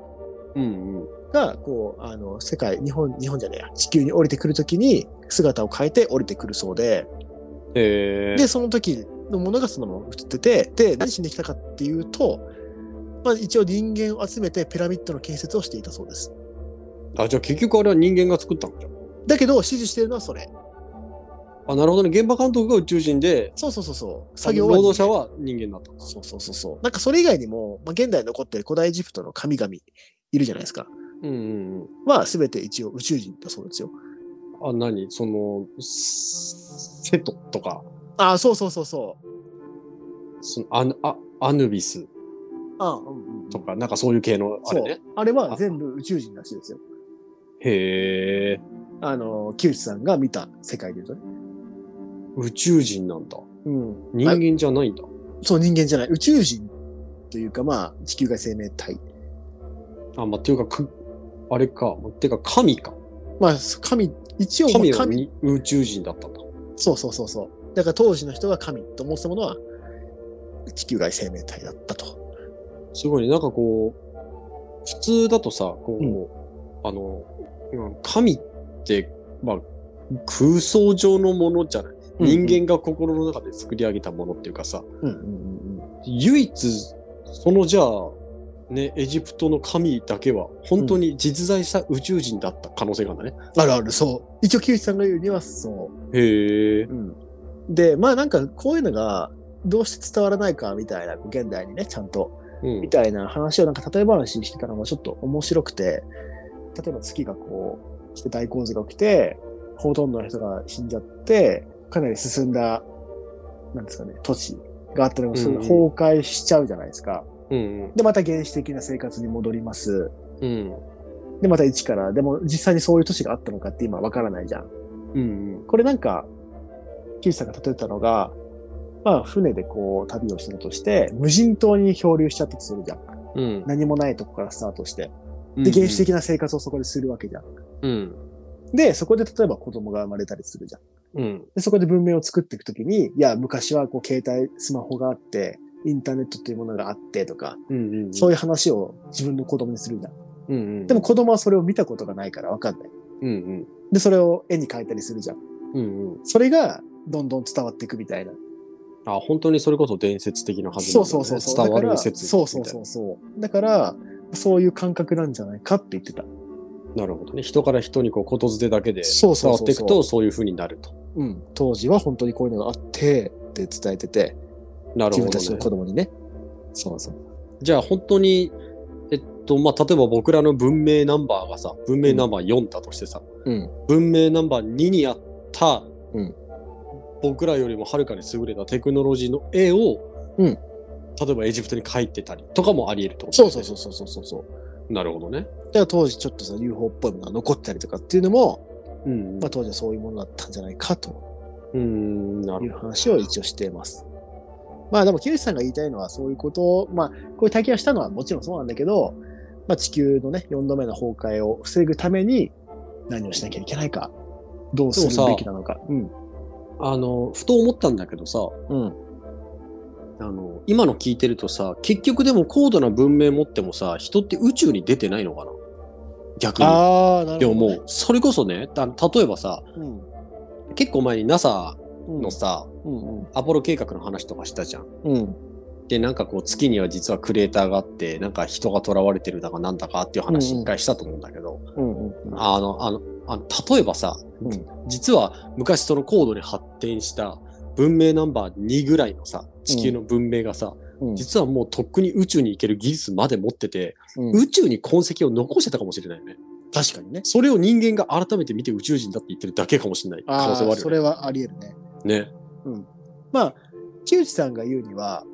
S1: うんうん。
S2: が、こう、あの、世界、日本、日本じゃねえや、地球に降りてくるときに姿を変えて降りてくるそうで、
S1: えー。
S2: で、その時のものがそのまま映ってて、で、何しに来たかっていうと、まあ、一応人間を集めてピラミッドの建設をしていたそうです。
S1: あ、じゃあ結局あれは人間が作ったんじゃん。
S2: だけど、指示してるのはそれ。
S1: あ、なるほどね。現場監督が宇宙人で、
S2: そうそうそうそう。
S1: 作
S2: 作
S1: 業
S2: 業
S1: 労
S2: は人間
S1: 働者は人間だった。
S2: そうそうそうそう。なんかそれ以外にも、まあ、現代に残ってる古代エジプトの神々いるじゃないですか。
S1: うんうんうん。
S2: は、すべて一応宇宙人だそうですよ。
S1: あ、何その、セセトとか、
S2: ああ、そうそうそうそう。
S1: そのアヌアアヌビス
S2: ああ、うんうん。
S1: とか、なんかそういう系のあ
S2: そ
S1: れ
S2: う
S1: ね。
S2: あれは全部宇宙人らしいですよ。
S1: へえ。
S2: あの、木内さんが見た世界で言うとね。
S1: 宇宙人なんだ。
S2: うん。
S1: 人間じゃないんだ。
S2: そう、人間じゃない。宇宙人というか、まあ、地球外生命体。
S1: あ、まあ、っていうか、く、あれか、まあてか、神か。
S2: まあ、神、一応、まあ
S1: 神
S2: 神
S1: はに宇宙人だったんだ。
S2: そうそうそうそう。だから当時の人が神と思ってたものは、地球外生命体だったと。
S1: すごいね。なんかこう、普通だとさ、こう、あの、うん神って、まあ、空想上のものじゃない。人間が心の中で作り上げたものっていうかさ、
S2: うんうんうんうん。
S1: 唯一、そのじゃあ、ね、エジプトの神だけは、本当に実在した宇宙人だった可能性があるんだね。
S2: あるある、そう。一応、木内さんが言うには、そう。
S1: へえ。
S2: でまあなんかこういうのがどうして伝わらないかみたいなこう現代にねちゃんと
S1: うん
S2: みたいな話をなんか例え話にしてたのがちょっと面白くて例えば月がこうして大洪水が起きてほとんどの人が死んじゃってかなり進んだなんですかね土地があったのがそれが崩壊しちゃうじゃないですか、
S1: うん
S2: でまた原始的な生活に戻ります
S1: うん。うん。
S2: でまた一からでも実際にそういう都市があったのかって今わからないじゃん
S1: うん。
S2: これなんか、木内さんが例えたのが、まあ、船でこう、旅をしてるとして、無人島に漂流しちゃったとするじゃん。
S1: うん。
S2: 何もないとこからスタートして。
S1: うん
S2: で、原始的な生活をそこでするわけじゃん。
S1: うん。
S2: で、そこで例えば子供が生まれたりするじゃん。
S1: うん。
S2: で、そこで文明を作っていくときに、いや、昔はこう、携帯、スマホがあって、インターネットというものがあってとか、
S1: うんうん。
S2: そういう話を自分の子供にするじゃん。
S1: うんうん。
S2: でも、子供はそれを見たことがないからわかんない。
S1: うんうん。
S2: で、それを絵に描いたりするじゃん。
S1: うんうん。
S2: それが、どんどん伝わっていくみたいな。
S1: あ、本当にそれこそ伝説的な感じ
S2: そうそうそうそう。
S1: 伝わ
S2: だから
S1: る説。
S2: そうそうそうそう。だから、そういう感覚なんじゃないかって言ってた。
S1: う。なるほどね。人から人にこう、ことづてだけで
S2: そう
S1: 伝
S2: そう
S1: わ
S2: そ
S1: っ
S2: う
S1: ていくと、そういう風になると。
S2: うん。当時は本当にこういうのがあって、って伝えてて、
S1: なる
S2: 自
S1: ほど
S2: 分たちの
S1: ね
S2: 子。供にね。そうそう。
S1: じゃあ、本当に、えっと、まあ、例えば僕らの文明ナンバーがさ、文明ナンバー4だとしてさ、
S2: うん。
S1: 文明ナンバー2にあった、
S2: うん
S1: 僕らよりもはるかに優れたテクノロジーの絵を、
S2: うん
S1: 例えばエジプトに描いてたりとかもあり得るってこと
S2: そう
S1: です
S2: そ
S1: ね
S2: うそうそうそうそうそう。
S1: なるほどね。
S2: だから当時ちょっとさ、UFO っぽいものが残ってたりとかっていうのも、
S1: うんうん
S2: まあ当時はそういうものだったんじゃないかと
S1: うーん、なるほど
S2: いう話を一応しています。まあでも、木内さんが言いたいのはそういうことを、まあこういう体験をしたのはもちろんそうなんだけど、まあ地球のね、4度目の崩壊を防ぐために何をしなきゃいけないかどうする
S1: でもさ
S2: べきなのか。うん。
S1: あの、ふと思ったんだけどさ、
S2: うん。
S1: あの、今の聞いてるとさ、結局でも高度な文明持ってもさ、人って宇宙に出てないのかな逆に。
S2: ああ、な
S1: でも
S2: るほど、
S1: も
S2: ね。
S1: う、それこそね、た例えばさ、
S2: うん。
S1: 結構前に NASA
S2: うん
S1: のさ、
S2: うん
S1: アポロ計画の話とかしたじゃん。
S2: うん。うん。
S1: で、なんかこう、月には実はクレーターがあって、なんか人が囚われてるだかなんだかっていう話
S2: うんうん
S1: 一回したと思うんだけど、
S2: うんうん。
S1: あの、あの、あの例えばさ、
S2: うん
S1: 実は昔その高度に発展した文明ナンバー2ぐらいのさ、地球の文明がさ、
S2: うん
S1: 実はもうとっくに宇宙に行ける技術まで持ってて、
S2: うん
S1: 宇宙に痕跡を残してたかもしれないよね。
S2: 確かにね。
S1: それを人間が改めて見て宇宙人だって言ってるだけかもしれない可
S2: あ
S1: 能性は
S2: あ、
S1: ある
S2: そ
S1: よ
S2: れはあり得るね。
S1: ね。ね。
S2: まあ、木内さんが言うには、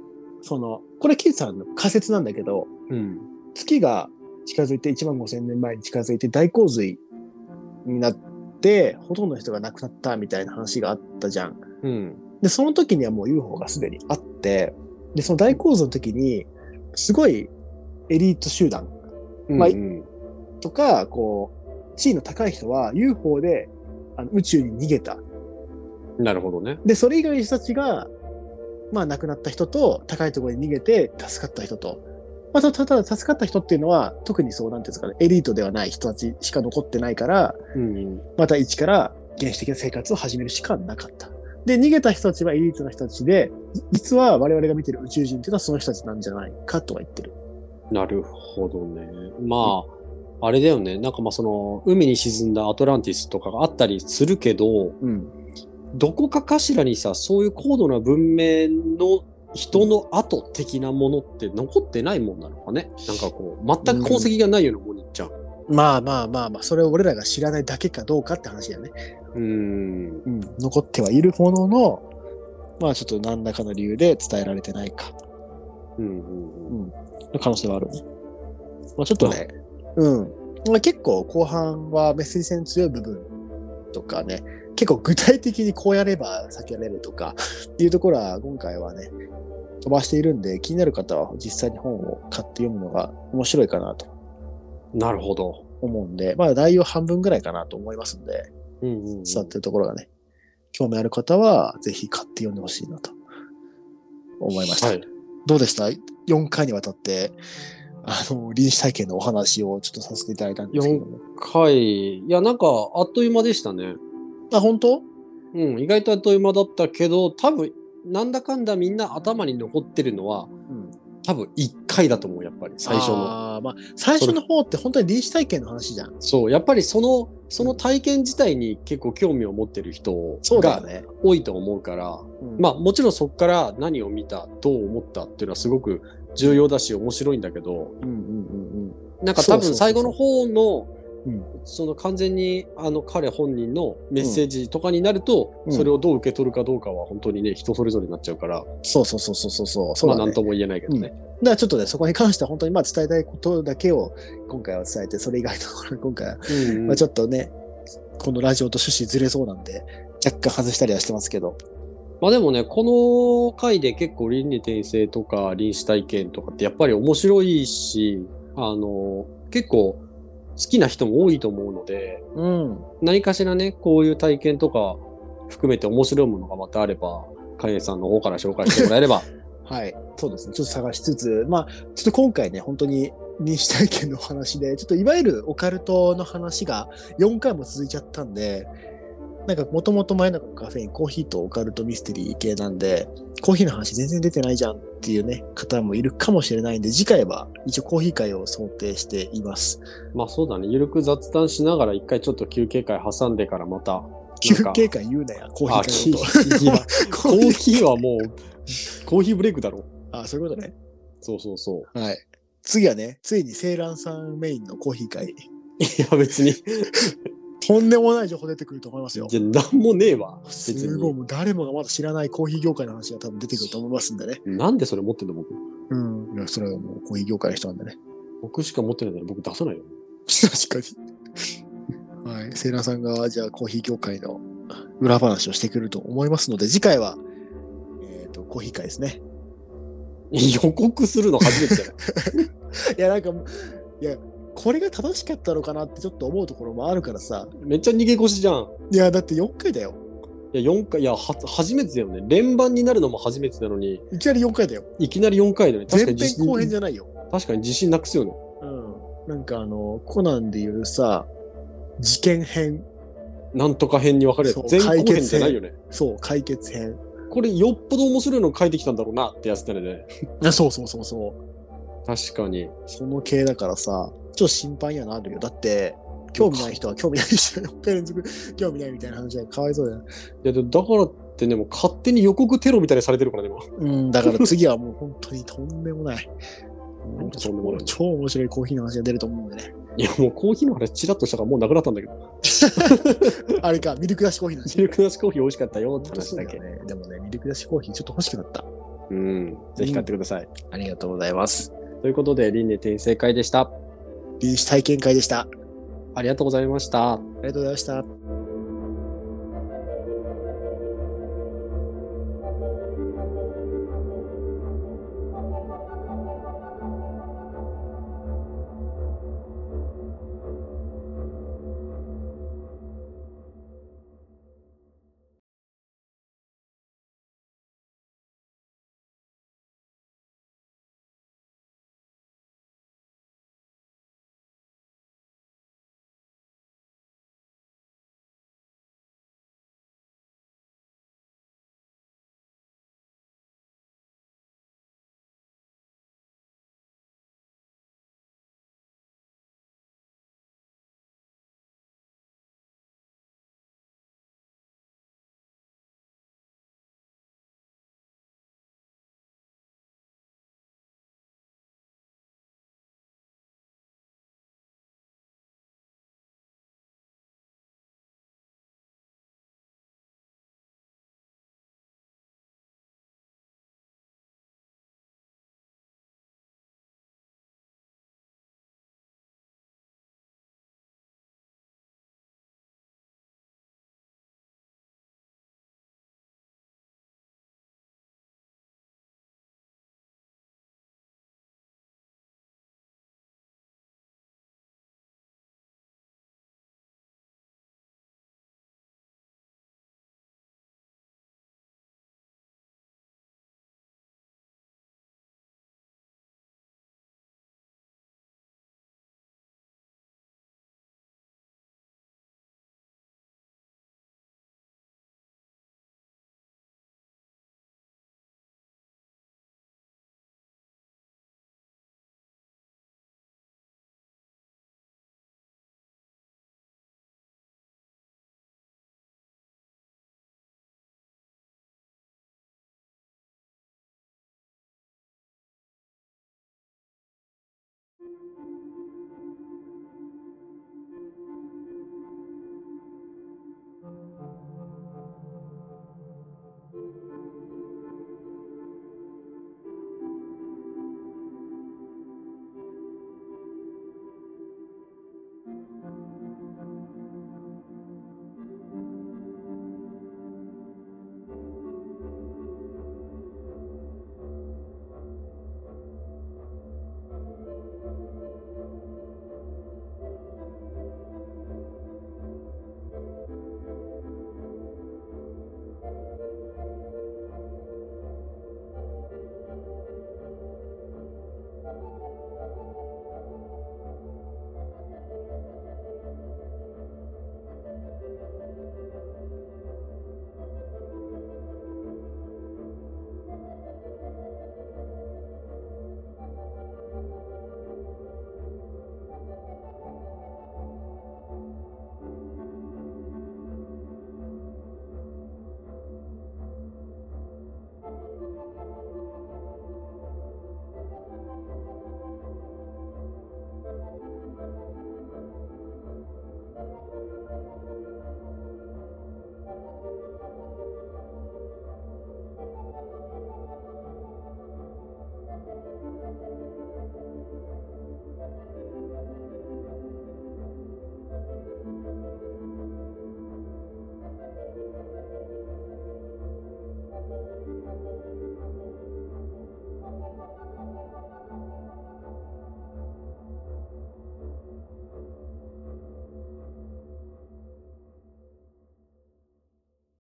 S2: その、これ木内さんの仮説なんだけど、
S1: うん。
S2: 月が近づいて1万5千年前に近づいて大洪水になって、ほとんどの人が亡くなったみたいな話があったじゃん。
S1: うん。
S2: で、その時にはもう UFO がすでにあって、で、その大洪水の時に、すごいエリート集団まあ
S1: うん
S2: とか、こう、地位の高い人は UFO であの宇宙に逃げた。
S1: なるほどね。
S2: で、それ以外の人たちが、まあ亡くなった人と高いところに逃げて助かった人と。まあ、たただ助かった人っていうのは特にそうなんていうんですかね、エリートではない人たちしか残ってないから、
S1: うん。
S2: また一から原始的な生活を始めるしかなかった。で、逃げた人たちはエリートな人たちで、じ実は我々が見てる宇宙人っていうのはその人たちなんじゃないかとは言ってる。
S1: なるほどね。まあ、あれだよね。なんかまあその、海に沈んだアトランティスとかがあったりするけど、
S2: うん。
S1: どこかかしらにさ、そういう高度な文明の人の後的なものって残ってないもんなのかね。なんかこう、全く痕跡がないようなもんにっちゃう。
S2: まあまあまあまあ、それを俺らが知らないだけかどうかって話だよね。
S1: うん。
S2: うん。残ってはいるものの、まあちょっと何らかの理由で伝えられてないか
S1: うんうんうん。
S2: の可能性はあるね。まあ、ちょっとね、うん。まあ、結構後半はメッセージ性の強い部分とかね、結構具体的にこうやれば避けられるとか っていうところは今回はね、飛ばしているんで、気になる方は実際に本を買って読むのが面白いかなと
S1: なるほど。
S2: 思うんで、まあ内容半分ぐらいかなと思いますんで、
S1: うんうんうん
S2: 伝わってるところがね、興味ある方はぜひ買って読んでほしいなと思いました。
S1: はい。
S2: どうでした ?4 回にわたって、あの、臨死体験のお話をちょっとさせていただいたんですけども。
S1: はい。いや、なんか、あっという間でしたね。
S2: あ、本当
S1: うん、意外とあっという間だったけど、多分なんだかんだみんな頭に残ってるのは、
S2: うん。
S1: 多分1回だと思う、やっぱり、最初の。
S2: あーまあ、最初の方って本当に臨死体験の話じゃん。
S1: そう、やっぱりその、その体験自体に結構興味を持ってる人が
S2: ね。
S1: 多いと思うから、
S2: うん
S1: まあもちろんそこから何を見た、どう思ったっていうのはすごく重要だし面白いんだけど、
S2: うんうんうんうん。
S1: なんか
S2: そ
S1: 多
S2: うそうそう
S1: 分最後の方の、
S2: うん
S1: その完全にあの彼本人のメッセージとかになると、
S2: うん
S1: それをどう受け取るかどうかは本当にね、人それぞれになっちゃうから、
S2: そうそうそうそうそうそう。そう
S1: まあ
S2: だ、ね
S1: 何とも言えないけどね。
S2: だからちょっとね、そこに関しては本当にまあ伝えたいことだけを今回は伝えて、それ以外のと ころに今回は、
S1: うん
S2: まあちょっとね、このラジオと趣旨ずれそうなんで、若干外したりはしてますけど。
S1: まあでもね、この回で結構輪廻転生とか臨死体験とかってやっぱり面白いし、あの、結構好きな人も多いと思うので、
S2: うん。
S1: 何かしらね、こういう体験とか含めて面白いものがまたあれば、カエさんの方から紹介してもらえれば。
S2: はい。そうですね。ちょっと探しつつ、まあ、ちょっと今回ね、本当に臨死体験のお話で、ちょっといわゆるオカルトの話が4回も続いちゃったんで、なんかもともと前中のカフェイン、コーヒーとオカルトミステリー系なんで、コーヒーの話全然出てないじゃんっていうね、方もいるかもしれないんで、次回は一応コーヒー会を想定しています。
S1: まあそうだね、ゆるく雑談しながら一回ちょっと休憩会挟んでからまた。
S2: 休憩会言うなや、コー
S1: あ
S2: ヒー会のこと。
S1: いや
S2: コ
S1: コ
S2: ー
S1: ー
S2: ヒー。
S1: ヒーはもう、コーヒーブレイクだろ。
S2: あ、そういうことね。
S1: そうそうそう。
S2: はい。次はね、ついにセイランさんメインのコーヒー会。
S1: いや別に、
S2: とんでもない情報出てくると思いますよ。
S1: じゃなんもねえわ。別に。
S2: すごい、もう誰もがまだ知らないコーヒー業界の話が多分出てくると思いますんでね。
S1: なんでそれ持ってんの僕。
S2: うん。いや、それはもうコーヒー業界の人なんでね。
S1: 僕しか持ってないから僕出さないよ。
S2: 確かに。 はい。セイラさんが、じゃあコーヒー業界の裏話をしてくると思いますので、次回は、えっ、と、コーヒー会ですね。
S1: 予告するの初めてだよ。
S2: いや、なんかもう、いや、これが正しかったのかなってちょっと思うところもあるからさ。
S1: めっちゃ逃げ腰じゃん。
S2: いや、だって4回だよ。
S1: いや、4回、いや、は初めてだよね。連番になるのも初めてなのに、
S2: いきなり4回だよ。
S1: いきなり4回だね。確
S2: 前
S1: かに
S2: 編
S1: 自
S2: 後編
S1: 信、
S2: じゃないよ。
S1: 確かに自信なくすよね。
S2: うん。なんかあの、コナンで言うさ、事件編、
S1: なんとか編に分かれる
S2: そう
S1: やつ。前後編じゃないよね。
S2: そう、解決編。
S1: これよっぽど面白いの書いてきたんだろうなってやつだよね。
S2: いやそうそうそうそう。
S1: 確かに。
S2: その系だからさ、ちょっと心配にはなるよ。だって、興味ない人は興味ない人は4回連続興味ないみたいな話でかわいそうだよ。
S1: いや、でもだからってね、もう勝手に予告テロみたいにされてるからね、もう
S2: うん、だから次はもう本当にと んでもない。
S1: なんかとんでもない
S2: 超面白いコーヒーの話が出ると思うんでね。
S1: いや、もうコーヒーの話チラッとしたからもうなくなったんだけど。
S2: あれか、ミルクダッシュコーヒーの話。
S1: ミルクなしコーヒー美味しかったよって
S2: 本当
S1: 話
S2: そう
S1: だ
S2: だ
S1: け。
S2: ね。でもね、ミルクダッシュコーヒーちょっと欲しくなった。
S1: うん。ぜひ買ってください。
S2: ありがとうございます。
S1: ということで、輪廻転生会でした。
S2: 臨死体験会でした。あ
S1: ありがとうございました。
S2: りがとうございました。